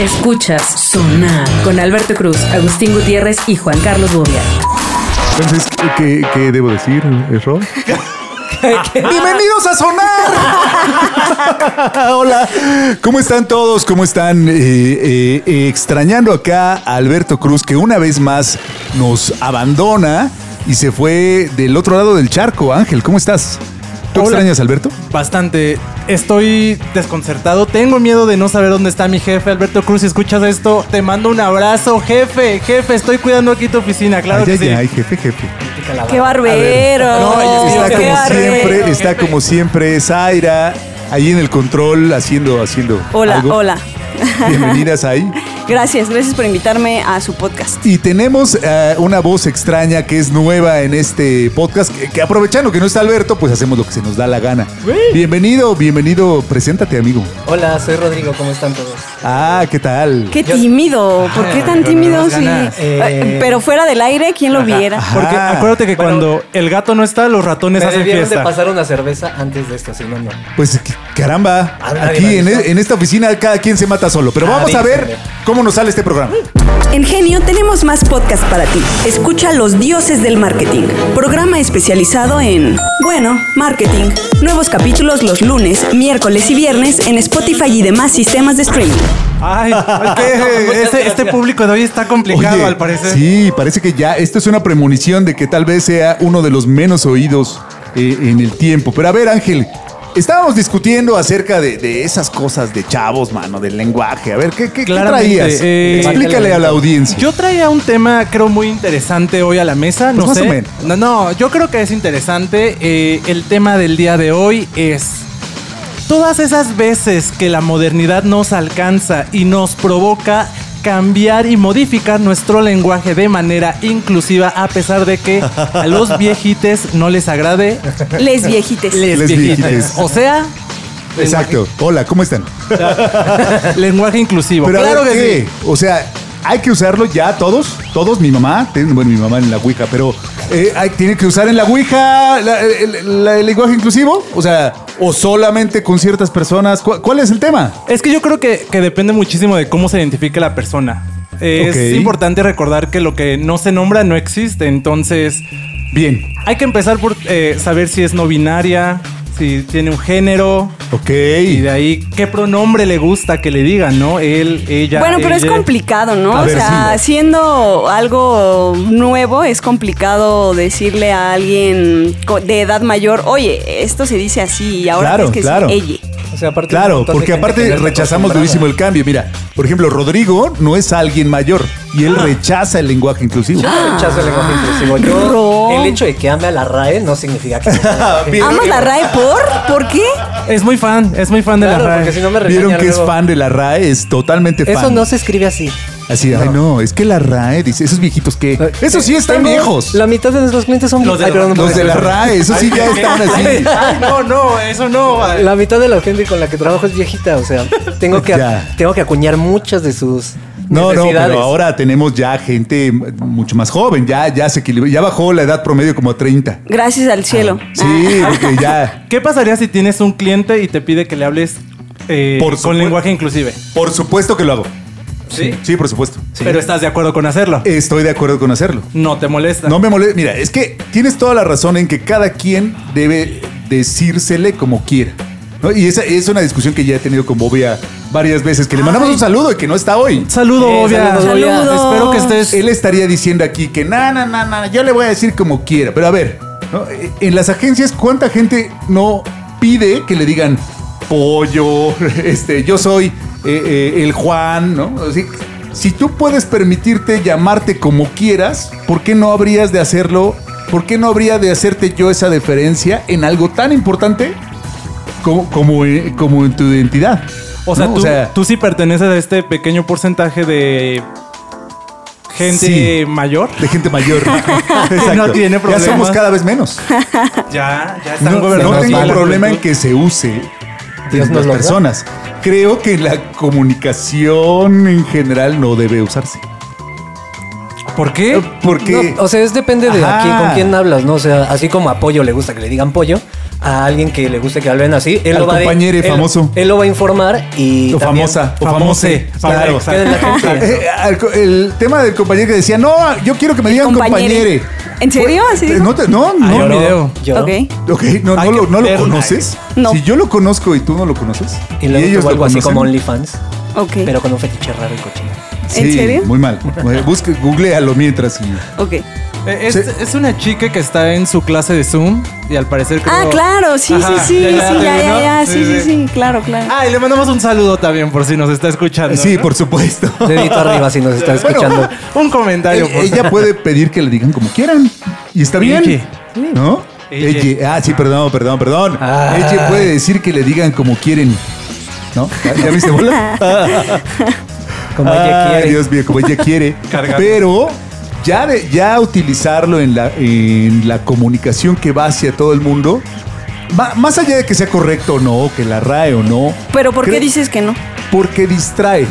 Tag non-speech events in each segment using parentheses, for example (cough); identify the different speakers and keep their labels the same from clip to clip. Speaker 1: Escuchas Sonar con Alberto Cruz, Agustín Gutiérrez y Juan Carlos Bobia.
Speaker 2: Entonces, ¿qué, qué, qué debo decir,
Speaker 3: (laughs)
Speaker 2: Ro? ¡Bienvenidos a Sonar! (laughs) Hola, ¿cómo están todos? ¿Cómo están? Eh, eh, eh, extrañando acá a Alberto Cruz, que una vez más nos abandona y se fue del otro lado del charco. Ángel, ¿cómo estás? ¿Tú
Speaker 4: Hola.
Speaker 2: extrañas, Alberto?
Speaker 4: Bastante. Estoy desconcertado. Tengo miedo de no saber dónde está mi jefe. Alberto Cruz, si escuchas esto, te mando un abrazo. Jefe, jefe, estoy cuidando aquí tu oficina. Claro
Speaker 2: ay,
Speaker 4: que
Speaker 2: ay,
Speaker 4: sí.
Speaker 2: ay, jefe, jefe.
Speaker 1: ¡Qué barbero!
Speaker 4: No, ella
Speaker 2: Está
Speaker 4: Qué
Speaker 2: como
Speaker 4: bárbaro.
Speaker 2: siempre, está como siempre Zaira, ahí en el control, haciendo, haciendo.
Speaker 3: Hola,
Speaker 2: algo.
Speaker 3: hola.
Speaker 2: Bienvenidas
Speaker 3: (laughs)
Speaker 2: ahí.
Speaker 3: Gracias, gracias por invitarme a su podcast.
Speaker 2: Y tenemos eh, una voz extraña que es nueva en este podcast, que, que aprovechando que no está Alberto, pues hacemos lo que se nos da la gana. Bienvenido, bienvenido, preséntate amigo.
Speaker 5: Hola, soy Rodrigo, ¿cómo están
Speaker 2: (laughs)
Speaker 5: todos?
Speaker 2: Ah, ¿qué tal?
Speaker 3: Qué tímido, ¿por qué tan tímido?
Speaker 5: Ah, las ganas.
Speaker 3: Sí.
Speaker 6: Ah,
Speaker 5: Eh,
Speaker 3: Pero fuera del aire, ¿quién lo viera?
Speaker 4: Porque
Speaker 2: Ah.
Speaker 4: acuérdate que cuando el gato no está, los ratones
Speaker 5: Me
Speaker 4: hacen
Speaker 5: debieron de
Speaker 4: fiesta.
Speaker 5: pasar una cerveza antes de esto, si no, no.
Speaker 2: Pues c- caramba,
Speaker 5: A ver,
Speaker 2: aquí
Speaker 5: nadie
Speaker 2: en,
Speaker 5: me avisó.
Speaker 2: e- en esta oficina cada quien se mata solo, pero
Speaker 5: Ah,
Speaker 2: vamos a ver
Speaker 5: díganme.
Speaker 2: cómo nos sale este programa.
Speaker 6: En Genio tenemos más podcast para ti. Escucha Los Dioses del Marketing, programa especializado en, bueno, marketing. Nuevos capítulos los lunes, miércoles y viernes en Spotify y demás sistemas de streaming.
Speaker 4: Ay, es que este, este público de hoy está complicado,
Speaker 2: Oye,
Speaker 4: al parecer.
Speaker 2: Sí, parece que ya esto es una premonición de que tal vez sea uno de los menos oídos eh, en el tiempo. Pero a ver, Ángel, estábamos discutiendo acerca de, de esas cosas de chavos, mano, del lenguaje. A ver, ¿qué, qué- qué
Speaker 4: Claramente,
Speaker 2: traías?
Speaker 4: eh,
Speaker 2: Explícale a la audiencia.
Speaker 4: Yo traía un tema, creo, muy interesante hoy a la mesa. No
Speaker 2: Pues más
Speaker 4: sé.
Speaker 2: o menos.
Speaker 4: No, no, yo creo que es interesante. Eh, el tema del día de hoy es. Todas esas veces que la modernidad nos alcanza y nos provoca cambiar y modificar nuestro lenguaje de manera inclusiva a pesar de que
Speaker 2: (laughs)
Speaker 4: a los viejites no les agrade
Speaker 3: Les viejites.
Speaker 4: les,
Speaker 2: Les
Speaker 4: viejites.
Speaker 2: viejites.
Speaker 4: O sea,
Speaker 2: Exacto. Hola, ¿cómo están?
Speaker 4: lenguaje inclusivo.
Speaker 2: Pero
Speaker 4: claro
Speaker 2: a ver,
Speaker 4: que
Speaker 2: ¿qué?
Speaker 4: sí.
Speaker 2: O sea, hay que usarlo ya todos, todos, mi mamá, ten- bueno, mi mamá en la Ouija, pero eh, hay, tiene que usar en la Ouija la- el, la- el lenguaje inclusivo, o sea, o solamente con ciertas personas. ¿Cuál, cuál es el tema?
Speaker 4: Es que yo creo que, que depende muchísimo de cómo se identifique la persona. Es
Speaker 2: Ok.
Speaker 4: importante recordar que lo que no se nombra no existe. Entonces,
Speaker 2: Bien,
Speaker 4: hay que empezar por eh, saber si es no binaria, si tiene un género.
Speaker 2: ok.
Speaker 4: Y de ahí, ¿qué pronombre le gusta que le digan, no? Él, ella.
Speaker 3: Bueno, pero es
Speaker 4: ella.
Speaker 3: complicado, ¿no?
Speaker 2: A
Speaker 3: O
Speaker 2: ver,
Speaker 3: sea, siendo algo nuevo, es complicado decirle a alguien co- de edad mayor, oye, esto se dice así y ahora
Speaker 2: Claro,
Speaker 3: es que
Speaker 2: claro.
Speaker 3: es ella.
Speaker 5: O sea, aparte hay un
Speaker 2: Claro,
Speaker 5: montón de
Speaker 2: porque
Speaker 5: gente que
Speaker 2: aparte
Speaker 5: no está
Speaker 2: rechazamos
Speaker 5: acostumbrada.
Speaker 2: durísimo el cambio. Mira, por ejemplo, Rodrigo no es alguien mayor y él rechaza el lenguaje inclusivo.
Speaker 5: Ah. Yo no Ah, rechazo el lenguaje inclusivo. Yo,
Speaker 3: Ro.
Speaker 5: el hecho de que ame a la RAE no significa
Speaker 2: (laughs)
Speaker 5: que...
Speaker 2: Ah,
Speaker 5: Ah,
Speaker 2: Bien.
Speaker 3: ¿Amas la RAE por? ¿Por qué?
Speaker 4: Es muy fan, es muy fan de
Speaker 5: Claro,
Speaker 4: la
Speaker 5: porque
Speaker 4: RAE.
Speaker 5: si no me
Speaker 2: Vieron
Speaker 5: regañan
Speaker 2: que es
Speaker 5: luego.
Speaker 2: fan de la RAE, es totalmente fan.
Speaker 5: Eso no se escribe así.
Speaker 2: Así, ay no, es que la RAE dice, esos viejitos que. Esos Eh, sí están
Speaker 5: eh, Tengo-
Speaker 2: viejos.
Speaker 5: La mitad de nuestros clientes son...
Speaker 4: Los de
Speaker 5: Ay,
Speaker 4: la-
Speaker 5: perdón,
Speaker 2: Los de la RAE, esos sí ya están así.
Speaker 4: (laughs) Ay, no, no, eso no.
Speaker 5: La mitad de la gente con la que trabajo es viejita, o sea,
Speaker 2: (laughs)
Speaker 5: tengo que,
Speaker 2: Ya.
Speaker 5: tengo que acuñar muchas de sus
Speaker 2: No, no,
Speaker 5: necesidades.
Speaker 2: pero ahora tenemos ya gente mucho más joven, ya, ya se equilibró, ya bajó la edad promedio como a 30.
Speaker 3: Gracias al cielo.
Speaker 2: Ah,
Speaker 5: Ah.
Speaker 2: Sí, porque
Speaker 5: (laughs)
Speaker 2: ya.
Speaker 4: ¿Qué pasaría si tienes un cliente y te pide que le hables eh,
Speaker 2: Por
Speaker 4: con
Speaker 2: supuesto.
Speaker 4: lenguaje inclusive?
Speaker 2: Por supuesto que lo hago.
Speaker 4: ¿Sí?
Speaker 2: Sí, por supuesto.
Speaker 4: Pero estás de acuerdo con hacerlo.
Speaker 2: Estoy de acuerdo con hacerlo.
Speaker 4: No te molesta.
Speaker 2: No me molesta. Mira, es que tienes toda la razón en que cada quien debe decírsele como quiera. ¿no? Y esa es una discusión que ya he tenido con Bobia varias veces, que le mandamos un saludo y que no está hoy.
Speaker 4: Saludo,
Speaker 5: Eh,
Speaker 4: Bobia.
Speaker 5: saludos, Bobia.
Speaker 3: Saludos.
Speaker 4: Espero que estés.
Speaker 2: Él estaría diciendo aquí que na, na, na, na, yo le voy a decir como quiera. Pero a ver, ¿no? en las agencias, ¿cuánta gente no pide que le digan pollo? (laughs) Este, yo soy eh, eh, el Juan, ¿no? Así, si tú puedes permitirte llamarte como quieras, ¿por qué no habrías de hacerlo? ¿Por qué no habría de hacerte yo esa diferencia en algo tan importante como, como, eh, como en tu identidad?
Speaker 4: O sea,
Speaker 2: ¿no?
Speaker 4: tú, tú sí perteneces a este pequeño porcentaje de gente
Speaker 2: Sí.
Speaker 4: mayor.
Speaker 2: de gente mayor.
Speaker 4: (laughs) No tiene
Speaker 2: Ya somos
Speaker 4: problemas.
Speaker 2: cada vez menos.
Speaker 4: Ya, ya
Speaker 2: No,
Speaker 4: están
Speaker 2: no
Speaker 4: gobernando.
Speaker 2: tengo problema en que se use de
Speaker 5: Dios
Speaker 2: las
Speaker 5: nos lo da.
Speaker 2: personas. Creo que la comunicación en general no debe usarse.
Speaker 4: ¿Por qué?
Speaker 2: Porque
Speaker 5: No, o sea, es depende de a
Speaker 2: Ajá.
Speaker 5: quién- con quién hablas, ¿no? O sea, así como a Pollo le gusta que le digan pollo, a alguien que le guste que hablen así, él
Speaker 2: Al
Speaker 5: lo va a de-
Speaker 2: compañero
Speaker 5: él-
Speaker 2: famoso.
Speaker 5: Él lo va a informar y.
Speaker 2: O
Speaker 5: también-
Speaker 2: famosa, o
Speaker 4: Famose,
Speaker 2: famose.
Speaker 4: famose,
Speaker 2: claro. (laughs)
Speaker 5: Que la gente-
Speaker 2: Eh, al co- el tema del compañero que decía, no, yo quiero que me digan compañere.
Speaker 3: Ah, Compañere. ¿En serio? ¿Así dijo?
Speaker 2: No, te- no, no.
Speaker 4: Ay,
Speaker 5: Lloró,
Speaker 4: video.
Speaker 5: lloró.
Speaker 3: Ok.
Speaker 2: Ok, no,
Speaker 4: Hay
Speaker 2: no,
Speaker 4: que
Speaker 2: lo, no lo
Speaker 4: ver-
Speaker 2: conoces.
Speaker 3: No.
Speaker 2: Si yo lo conozco y tú no lo conoces.
Speaker 5: Y luego tuvo algo así
Speaker 2: conocen,
Speaker 5: como OnlyFans,
Speaker 3: Ok.
Speaker 5: pero con un fetiche raro y
Speaker 2: (laughs)
Speaker 5: cochino.
Speaker 3: ¿En
Speaker 2: sí,
Speaker 3: serio?
Speaker 2: Muy mal. Busque, googlealo mientras y.
Speaker 3: Ok.
Speaker 4: Eh, Es,
Speaker 2: Sí.
Speaker 4: es una chica que está en su clase de Zoom y al parecer creo...
Speaker 3: Ah, claro, sí,
Speaker 4: Ajá,
Speaker 3: sí, sí, sí,
Speaker 4: te
Speaker 3: ya,
Speaker 4: vi, ¿no?
Speaker 3: ya, ya, sí, sí, sí, claro, claro.
Speaker 4: Ah, y le mandamos un saludo también por si nos está escuchando.
Speaker 2: Sí,
Speaker 4: ¿no?
Speaker 2: por supuesto.
Speaker 5: Dedito arriba si nos está escuchando.
Speaker 4: Un comentario,
Speaker 2: Eh, Ella-
Speaker 4: por
Speaker 2: Ella puede pedir que le digan como quieran. Y está bien.
Speaker 4: Ella.
Speaker 2: ¿No?
Speaker 4: Ella.
Speaker 2: Ella. Ah, sí, perdón, perdón, perdón.
Speaker 5: Ah.
Speaker 2: Ella puede decir que le digan como quieren. ¿No? ¿Ya- ¿Ya viste bola?
Speaker 5: (laughs) como ella
Speaker 2: Ay,
Speaker 5: quiere.
Speaker 2: Dios mío, como ella
Speaker 4: (laughs)
Speaker 2: quiere.
Speaker 4: Cargando.
Speaker 2: Pero ya, de- ya utilizarlo en la, en la comunicación que va hacia todo el mundo, ma- más allá de que sea correcto o no, que la RAE o no.
Speaker 3: Pero ¿por qué
Speaker 2: creo-
Speaker 3: dices que no?
Speaker 2: Porque distrae.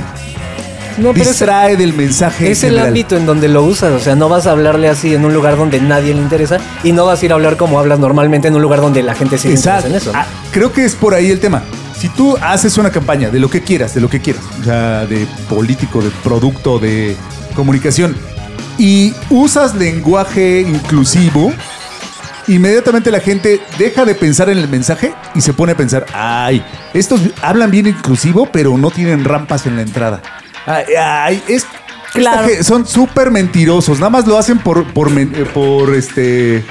Speaker 5: No, pero es,
Speaker 2: distrae del mensaje. en
Speaker 5: es el
Speaker 2: general.
Speaker 5: ámbito en donde lo usas. O sea, no vas a hablarle así en un lugar donde nadie le interesa y no vas a ir a hablar como hablas normalmente en un lugar donde la gente sí le interesa
Speaker 2: Exacto.
Speaker 5: en eso. ¿no?
Speaker 2: Ah, creo que es por ahí el tema. Si tú haces una campaña de lo que quieras, de lo que quieras, o sea, de político, de producto, de comunicación, y usas lenguaje inclusivo, inmediatamente la gente deja de pensar en el mensaje y se pone a pensar, ay, estos hablan bien inclusivo, pero no tienen rampas en la entrada. Ay, ay, es...
Speaker 3: Claro.
Speaker 2: esta ge- Son súper mentirosos, nada más lo hacen por, por, men- eh, por, este,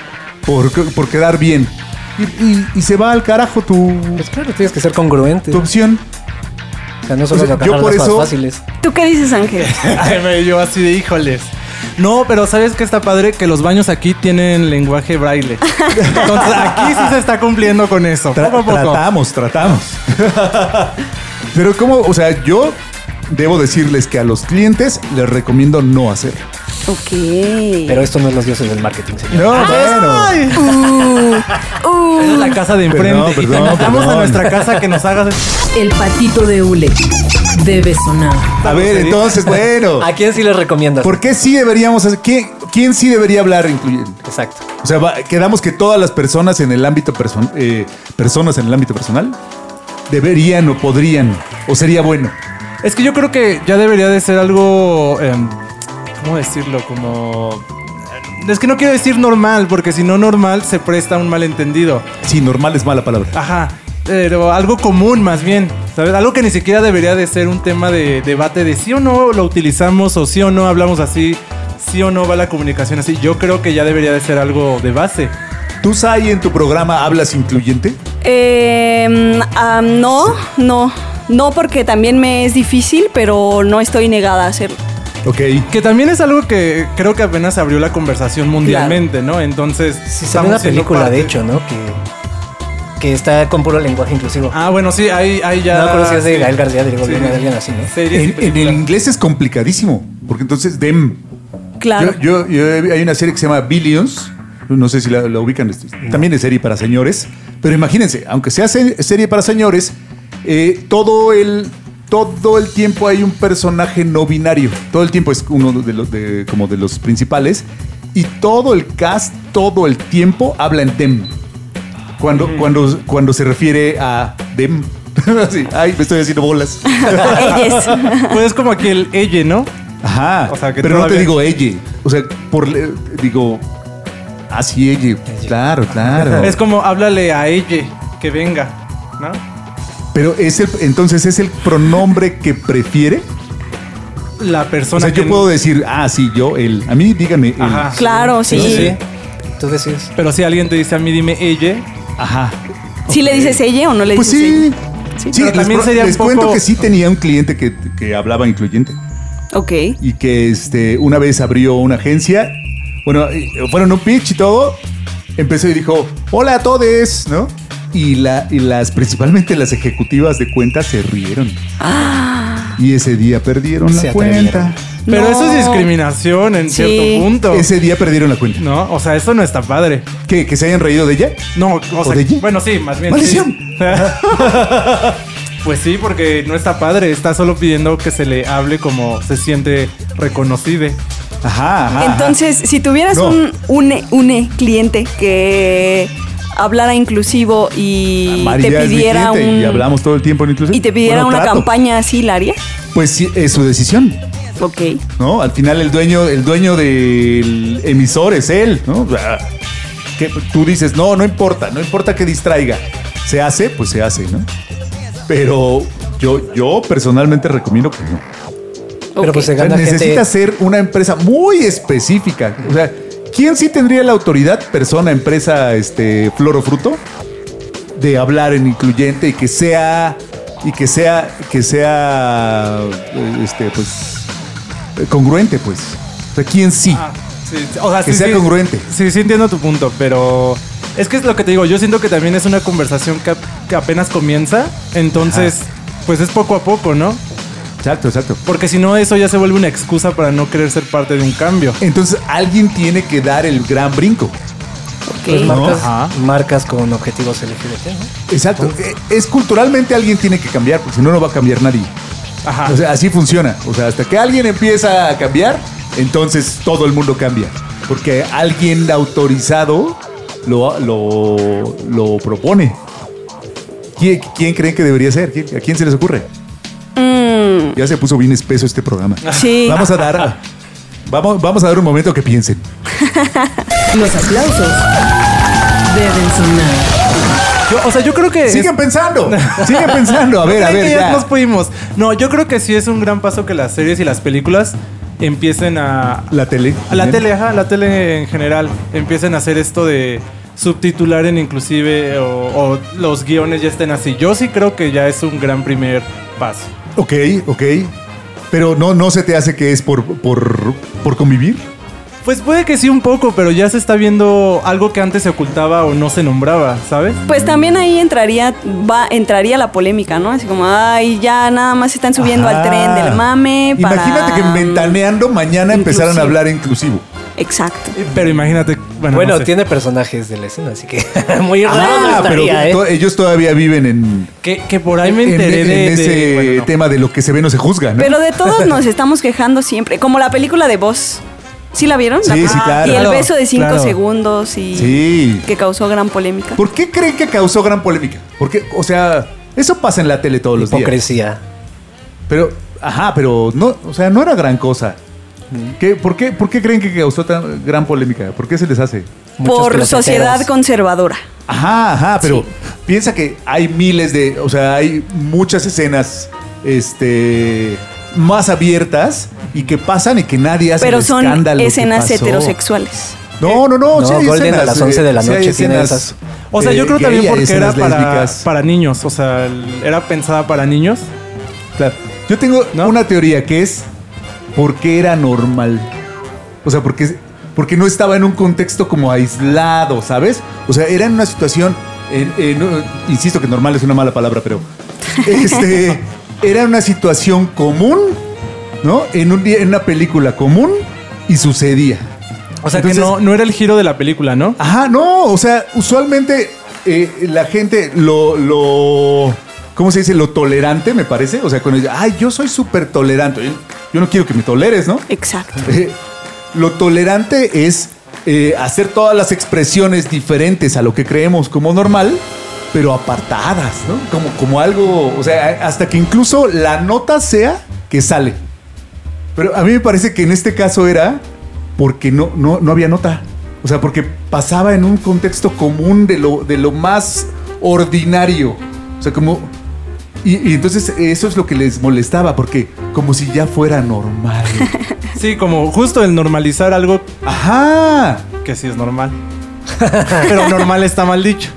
Speaker 2: por, por quedar bien. Y, y- y se va al carajo tu,
Speaker 5: Pues claro, tienes que ser congruente.
Speaker 4: Este,
Speaker 2: tu opción.
Speaker 5: O sea, no solo
Speaker 2: O sea,
Speaker 5: sacar
Speaker 2: Pues, yo
Speaker 5: las
Speaker 2: por
Speaker 5: cosas
Speaker 2: eso-
Speaker 5: fáciles.
Speaker 3: ¿Tú qué dices, Ángel?
Speaker 4: (laughs) Ay, me yo así de híjoles. No, pero ¿sabes qué está padre? Que los baños aquí tienen lenguaje braille. Entonces aquí sí se está cumpliendo con eso.
Speaker 2: Tra-
Speaker 4: Poco a poco.
Speaker 2: Tratamos, tratamos. (laughs) Pero como, o sea, yo debo decirles que a los clientes les recomiendo no hacer.
Speaker 3: Ok.
Speaker 5: Pero esto no es los dioses del marketing, señor.
Speaker 2: No, bueno.
Speaker 4: Ah, Ay,
Speaker 3: Uh,
Speaker 4: es la casa de enfrente.
Speaker 2: Perdón,
Speaker 4: Y te
Speaker 2: perdón,
Speaker 4: invitamos
Speaker 2: perdón.
Speaker 4: a nuestra casa que nos hagas.
Speaker 1: El patito de hule debe sonar.
Speaker 2: A ver, entonces,
Speaker 4: (laughs)
Speaker 2: bueno.
Speaker 5: ¿A quién sí les recomiendas?
Speaker 2: ¿Por qué sí deberíamos hacer? ¿Quién, quién sí debería hablar incluyente?
Speaker 5: Exacto.
Speaker 2: O sea, va- quedamos que todas las personas en el ámbito person- eh, personas en el ámbito personal deberían o podrían o sería bueno.
Speaker 4: Es que yo creo que ya debería de ser algo. em, ¿Cómo decirlo? Como. em, Es que no quiero decir normal, porque si no normal se presta a un malentendido.
Speaker 2: Sí, normal es mala palabra.
Speaker 4: Ajá. Pero algo común más bien, ¿sabes? Algo que ni siquiera debería de ser un tema de debate de sí o no lo utilizamos o sí o no hablamos así, sí o no va la comunicación así. Yo creo que ya debería de ser algo de base.
Speaker 2: ¿Tú, Sai, en tu programa hablas incluyente?
Speaker 3: Eh, mm, ah, no, no. No, porque también me es difícil, pero no estoy negada a hacerlo.
Speaker 2: Ok.
Speaker 4: Que también es algo que creo que apenas abrió la conversación mundialmente, ¿no? Entonces,
Speaker 5: Sí, se ve
Speaker 4: estamos
Speaker 5: una
Speaker 4: siendo
Speaker 5: película,
Speaker 4: parte-
Speaker 5: de hecho, ¿no? Que, que está con puro lenguaje inclusivo.
Speaker 4: Ah, bueno, sí, ahí, ahí ya...
Speaker 5: No me acuerdo si es de
Speaker 4: sí.
Speaker 5: Gael García Diego,
Speaker 4: Sí.
Speaker 5: de alguien así, ¿no?
Speaker 4: Series
Speaker 2: En,
Speaker 4: y
Speaker 2: en el
Speaker 4: películas.
Speaker 2: inglés es complicadísimo, porque entonces dem.
Speaker 3: Claro.
Speaker 2: Yo, yo- yo- hay una serie que se llama Billions. No sé si la, la ubican. este, También es serie para señores. Pero imagínense, aunque sea se- serie para señores, eh, todo el todo el tiempo hay un personaje no binario. Todo el tiempo es uno de los de- como de los principales y todo el cast todo el tiempo habla en dem. Cuando cuando cuando se refiere a dem. (laughs) Así, ay, me estoy haciendo bolas. (laughs)
Speaker 3: Ellas.
Speaker 4: Pues es como aquí el ella, ¿no?
Speaker 2: Ajá.
Speaker 4: O sea, que
Speaker 2: pero no
Speaker 4: todavía-
Speaker 2: te digo ella. O sea, por le- digo. Así ella. Claro, claro.
Speaker 4: Es como háblale a ella que venga, ¿no?
Speaker 2: pero es el, entonces es el pronombre que prefiere.
Speaker 4: La
Speaker 2: O
Speaker 4: persona
Speaker 2: sea, yo
Speaker 4: que-
Speaker 2: puedo decir, ah, sí, yo, él. A mí dígame él.
Speaker 4: Ajá.
Speaker 3: Claro, sí.
Speaker 5: Sí,
Speaker 3: Sí,
Speaker 5: sí. Tú decides.
Speaker 4: Pero si alguien te dice a mí, dime ella.
Speaker 2: Ajá.
Speaker 3: le dices ella o no le
Speaker 2: Pues
Speaker 3: dices
Speaker 2: sí. Sí,
Speaker 4: Pero
Speaker 2: les,
Speaker 4: también
Speaker 2: pro-
Speaker 4: sería un
Speaker 2: les cuento
Speaker 4: poco-
Speaker 2: que sí tenía un cliente que, que hablaba incluyente
Speaker 3: ella? Ok.
Speaker 2: y que este, una vez abrió una agencia. Bueno, eh, fueron un pitch y todo. Empezó y dijo, hola a todos, ¿no? Y, la, y las, principalmente las ejecutivas de cuenta se rieron.
Speaker 3: Ah.
Speaker 2: Y ese día perdieron
Speaker 5: Se
Speaker 2: la
Speaker 5: atrevieron.
Speaker 2: cuenta.
Speaker 4: Pero
Speaker 3: No.
Speaker 4: eso es discriminación en
Speaker 3: Sí.
Speaker 4: cierto punto.
Speaker 2: Ese día perdieron la cuenta.
Speaker 4: No, o sea, eso no está padre.
Speaker 2: ¿Qué? ¿Que se hayan reído de ella?
Speaker 4: No, o sea,
Speaker 2: de ella?
Speaker 4: bueno, sí, más bien.
Speaker 2: ¡Maldición!
Speaker 4: sí. (laughs) pues sí, porque no está padre. Está solo pidiendo que se le hable como se siente reconocida.
Speaker 2: Ajá, ajá. ajá.
Speaker 3: Entonces, si tuvieras
Speaker 2: No.
Speaker 3: un une, une cliente que hablara inclusivo y
Speaker 2: Ah, María
Speaker 3: te
Speaker 2: es mi
Speaker 3: pidiera
Speaker 2: cliente
Speaker 3: un
Speaker 2: y hablamos todo el tiempo en inclusión.
Speaker 3: y te pidiera una campaña así, ¿la harías?
Speaker 2: Pues sí, es su decisión,
Speaker 3: Ok.
Speaker 2: ¿no? Al final el dueño, el dueño del emisor es él, ¿no? O sea, que tú dices, no, no importa, no importa que distraiga. Se hace, pues se hace, ¿no? Pero yo, yo personalmente recomiendo que no.
Speaker 5: Pero
Speaker 3: ok.
Speaker 5: pues se
Speaker 2: O sea,
Speaker 5: gana gente.
Speaker 2: necesita ser una empresa muy específica. O sea, ¿quién sí tendría la autoridad, persona, empresa, este, flor o fruto, de hablar en incluyente y que sea, y que sea, que sea, eh, este, pues, eh, congruente, pues? O sea, ¿quién Ah, sí?
Speaker 4: Ah. Sí, sí, o sea,
Speaker 2: Que sea congruente.
Speaker 4: Sí, sí entiendo tu punto, pero es que es lo que te digo, yo siento que también es una conversación que, ap- que apenas comienza, entonces pues es poco a poco, ¿no?
Speaker 2: Exacto, exacto.
Speaker 4: Porque si no eso ya se vuelve una excusa para no querer ser parte de un cambio.
Speaker 2: Entonces, alguien tiene que dar el gran brinco.
Speaker 5: Pues
Speaker 2: ¿no?
Speaker 5: marcas,
Speaker 4: Ajá.
Speaker 5: marcas con objetivos LGBT, ¿no?
Speaker 2: Exacto. Eh, Es culturalmente alguien tiene que cambiar, porque si no, no va a cambiar nadie.
Speaker 4: Ajá.
Speaker 2: O sea, así funciona. O sea, hasta que alguien empieza a cambiar, entonces todo el mundo cambia. Porque alguien autorizado lo, lo, lo propone. ¿Quién, quién creen que debería ser? ¿Quién- ¿A quién se les ocurre?
Speaker 3: Mm,
Speaker 2: Ya se puso bien espeso este programa.
Speaker 3: Sí.
Speaker 2: Vamos a dar. Vamos, vamos a dar un momento que piensen.
Speaker 1: Los aplausos deben sonar.
Speaker 4: Yo- o sea, yo creo que...
Speaker 2: Sigan pensando. Sigan pensando. A
Speaker 4: (laughs)
Speaker 2: ver, a
Speaker 4: Creo que
Speaker 2: ver.
Speaker 4: ya
Speaker 2: ya.
Speaker 4: nos pudimos. No, yo creo que sí es un gran paso que las series y las películas empiecen a...
Speaker 2: La tele.
Speaker 4: a la
Speaker 2: Bien.
Speaker 4: tele, ajá, la tele en general empiecen a hacer esto de subtitular en inclusive o, o los guiones ya estén así. Yo sí creo que ya es un gran primer paso.
Speaker 2: Ok, ok. Pero no, no se te hace que es por, por, por convivir.
Speaker 4: Pues puede que sí un poco, pero ya se está viendo algo que antes se ocultaba o no se nombraba, ¿sabes?
Speaker 3: Pues también ahí entraría va, entraría la polémica, ¿no? Así como, ay, ya nada más se están subiendo
Speaker 2: Ajá.
Speaker 3: al tren del mame para...
Speaker 2: Imagínate que ventaneando mañana empezaran a
Speaker 3: Inclusivo.
Speaker 2: hablar inclusivo.
Speaker 3: Exacto.
Speaker 4: Eh, Pero imagínate, bueno,
Speaker 5: Bueno,
Speaker 4: no sé.
Speaker 5: tiene personajes de la escena, así que (laughs) muy
Speaker 4: Ah,
Speaker 5: raro no
Speaker 2: Ah, pero
Speaker 5: estaría,
Speaker 2: to-
Speaker 5: ¿eh?
Speaker 2: ellos todavía viven en,
Speaker 4: que, que por ahí me
Speaker 2: en-
Speaker 4: enteré
Speaker 2: en
Speaker 4: de, de-
Speaker 2: ese
Speaker 4: bueno, no.
Speaker 2: tema de lo que se ve no se juzga, ¿no?
Speaker 3: Pero de todos nos estamos quejando siempre. Como la película de Voz. ¿Sí la vieron?
Speaker 2: Sí,
Speaker 3: La-
Speaker 2: sí, claro.
Speaker 3: Y el
Speaker 4: Claro,
Speaker 3: beso de cinco
Speaker 4: claro.
Speaker 3: segundos y...
Speaker 2: sí.
Speaker 3: Que causó gran polémica.
Speaker 2: ¿Por qué creen que causó gran polémica? Porque, o sea, eso pasa en la tele todos los días.
Speaker 5: Hipocresía.
Speaker 2: Pero, ajá, pero no, o sea, no era gran cosa. ¿Qué- por, qué, ¿Por qué creen que causó tan gran polémica? ¿Por qué se les hace?
Speaker 5: Muchos
Speaker 3: Por
Speaker 5: peloteteros.
Speaker 3: sociedad conservadora.
Speaker 2: Ajá, ajá, pero piensa que hay miles de, o sea, hay muchas escenas, este, más abiertas y que pasan y que nadie hace
Speaker 3: Pero
Speaker 2: el
Speaker 3: son
Speaker 2: escándalo que
Speaker 3: escenas
Speaker 2: pasó.
Speaker 3: heterosexuales.
Speaker 2: No, no, no,
Speaker 5: No,
Speaker 2: sí hay
Speaker 5: Golden
Speaker 2: escenas,
Speaker 5: a las 11 de la
Speaker 2: eh, sí hay
Speaker 5: noche tiene
Speaker 2: escenas,
Speaker 5: esas.
Speaker 4: O sea, yo
Speaker 2: eh,
Speaker 4: creo
Speaker 2: gay,
Speaker 4: también
Speaker 2: hay
Speaker 4: porque era
Speaker 2: escenas
Speaker 4: para,
Speaker 2: lésbicas.
Speaker 4: para niños, o sea, el- era pensada para niños.
Speaker 2: Claro. Yo tengo
Speaker 4: ¿No?
Speaker 2: una teoría que es por qué era normal. O sea, porque, porque no estaba en un contexto como aislado, ¿sabes? O sea, era en una situación. en- en- eh, insisto que normal es una mala palabra, pero. Este. era una situación común, ¿no? En un día, en una película común y sucedía.
Speaker 4: O sea,
Speaker 2: Entonces-
Speaker 4: que no, no era el giro de la película, ¿no?
Speaker 2: Ajá, no, o sea, usualmente eh, la gente lo, lo. ¿Cómo se dice? Lo tolerante, me parece. O sea, cuando dice, ay, yo soy súper tolerante. Yo, yo no quiero que me toleres, ¿no?
Speaker 3: Exacto.
Speaker 2: Eh, (laughs) lo tolerante es eh, hacer todas las expresiones diferentes a lo que creemos como normal, pero apartadas, ¿no? Como, como algo, o sea, hasta que incluso la nota sea que sale. Pero a mí me parece que en este caso era porque no, no, no había nota. O sea, porque pasaba en un contexto común de lo, de lo más ordinario. O sea, como... Y, y entonces eso es lo que les molestaba, porque como si ya fuera normal.
Speaker 4: Sí, como justo el normalizar algo
Speaker 2: Ajá.
Speaker 4: que sí
Speaker 2: (laughs)
Speaker 4: es normal. Pero normal está mal dicho.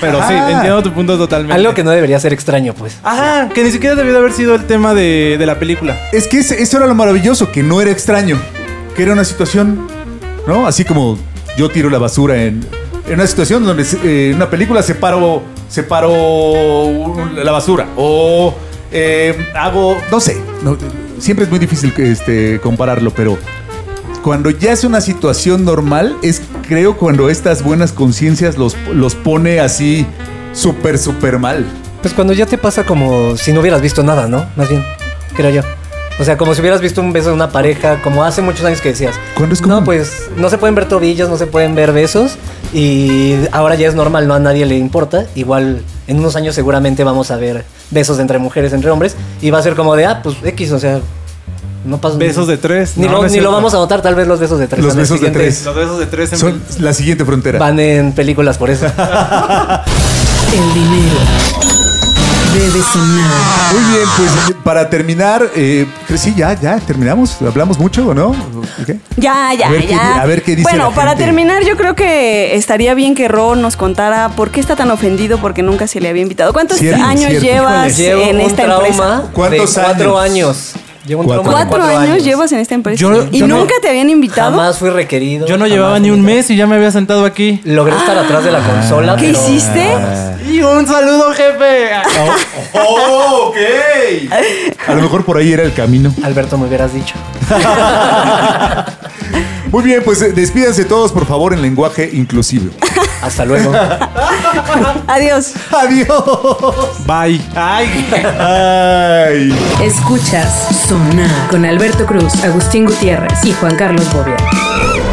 Speaker 4: Pero sí,
Speaker 2: Ajá.
Speaker 4: entiendo tu punto totalmente.
Speaker 5: Algo que no debería ser extraño, pues.
Speaker 4: Ajá, que ni siquiera debió de haber sido el tema de, de la película.
Speaker 2: Es que ese- eso era lo maravilloso, que no era extraño, que era una situación, ¿no? Así como yo tiro la basura en, en una situación donde se- eh, en una película separo, separo un- la basura o eh, hago, no sé, no, siempre es muy difícil que, este, compararlo, pero cuando ya es una situación normal, es creo cuando estas buenas conciencias los, los pone así súper, súper mal.
Speaker 5: Pues cuando ya te pasa como si no hubieras visto nada, ¿no? Más bien, creo yo. O sea, como si hubieras visto un beso de una pareja, como hace muchos años que decías.
Speaker 2: ¿Cuándo es
Speaker 5: No,
Speaker 2: común?
Speaker 5: pues no se pueden ver tobillos, no se pueden ver besos. Y ahora ya es normal, no a nadie le importa. Igual en unos años seguramente vamos a ver besos entre mujeres, entre hombres. Y va a ser como de, ah, pues X, o sea, no pasa
Speaker 4: Besos de tres.
Speaker 5: Ni,
Speaker 4: No,
Speaker 5: lo,
Speaker 4: no es
Speaker 5: ni lo
Speaker 4: cierto.
Speaker 5: vamos a notar, tal vez los besos de tres.
Speaker 2: Los
Speaker 5: Van al
Speaker 2: besos de
Speaker 5: siguiente-
Speaker 2: tres.
Speaker 4: Los besos de tres en
Speaker 5: em,
Speaker 2: Son la siguiente frontera.
Speaker 5: Van en películas
Speaker 4: (laughs)
Speaker 5: por eso.
Speaker 1: El dinero debe sonar.
Speaker 2: Muy bien, pues para terminar, eh, creo- sí, ya, ya, terminamos. ¿Hablamos mucho o no? ¿Qué?
Speaker 3: Ya, ya,
Speaker 2: A ver qué
Speaker 3: ya.
Speaker 2: di- a ver qué dice
Speaker 3: Bueno,
Speaker 2: la
Speaker 3: para
Speaker 2: gente.
Speaker 3: terminar, yo creo que estaría bien que Ro nos contara por qué está tan ofendido porque nunca se le había invitado. ¿Cuántos
Speaker 2: Cierto,
Speaker 3: años
Speaker 2: cierto.
Speaker 3: llevas
Speaker 5: Pues Llevo
Speaker 3: en
Speaker 5: un
Speaker 3: esta
Speaker 5: trauma
Speaker 3: empresa?
Speaker 5: de
Speaker 2: ¿Cuántos
Speaker 5: cuatro
Speaker 2: años?
Speaker 5: años. Llevo un
Speaker 2: Cuatro.
Speaker 5: trauma de
Speaker 3: ¿Cuatro años, llevas en esta empresa?
Speaker 4: Yo-
Speaker 3: ¿Y
Speaker 4: yo no-
Speaker 3: nunca te habían invitado?
Speaker 5: Jamás fui requerido.
Speaker 4: Yo no
Speaker 5: jamás
Speaker 4: llevaba
Speaker 5: fui
Speaker 4: ni un
Speaker 5: invitado.
Speaker 4: mes y ya me había sentado aquí.
Speaker 5: Logré estar atrás de la consola.
Speaker 3: Ah. ¿Qué
Speaker 5: pero-
Speaker 3: hiciste?
Speaker 2: Ah.
Speaker 4: Y un saludo, jefe.
Speaker 2: ¡Oh, ok! A lo mejor por ahí era el camino.
Speaker 5: Alberto, me hubieras dicho.
Speaker 2: Muy bien, pues eh, despídanse todos, por favor, en lenguaje inclusivo.
Speaker 3: (laughs)
Speaker 5: Hasta luego.
Speaker 3: Adiós.
Speaker 2: ¡Adiós!
Speaker 4: Bye. Ay.
Speaker 2: Ay.
Speaker 1: Escuchas Sonar con Alberto Cruz, Agustín Gutiérrez y Juan Carlos Bobia.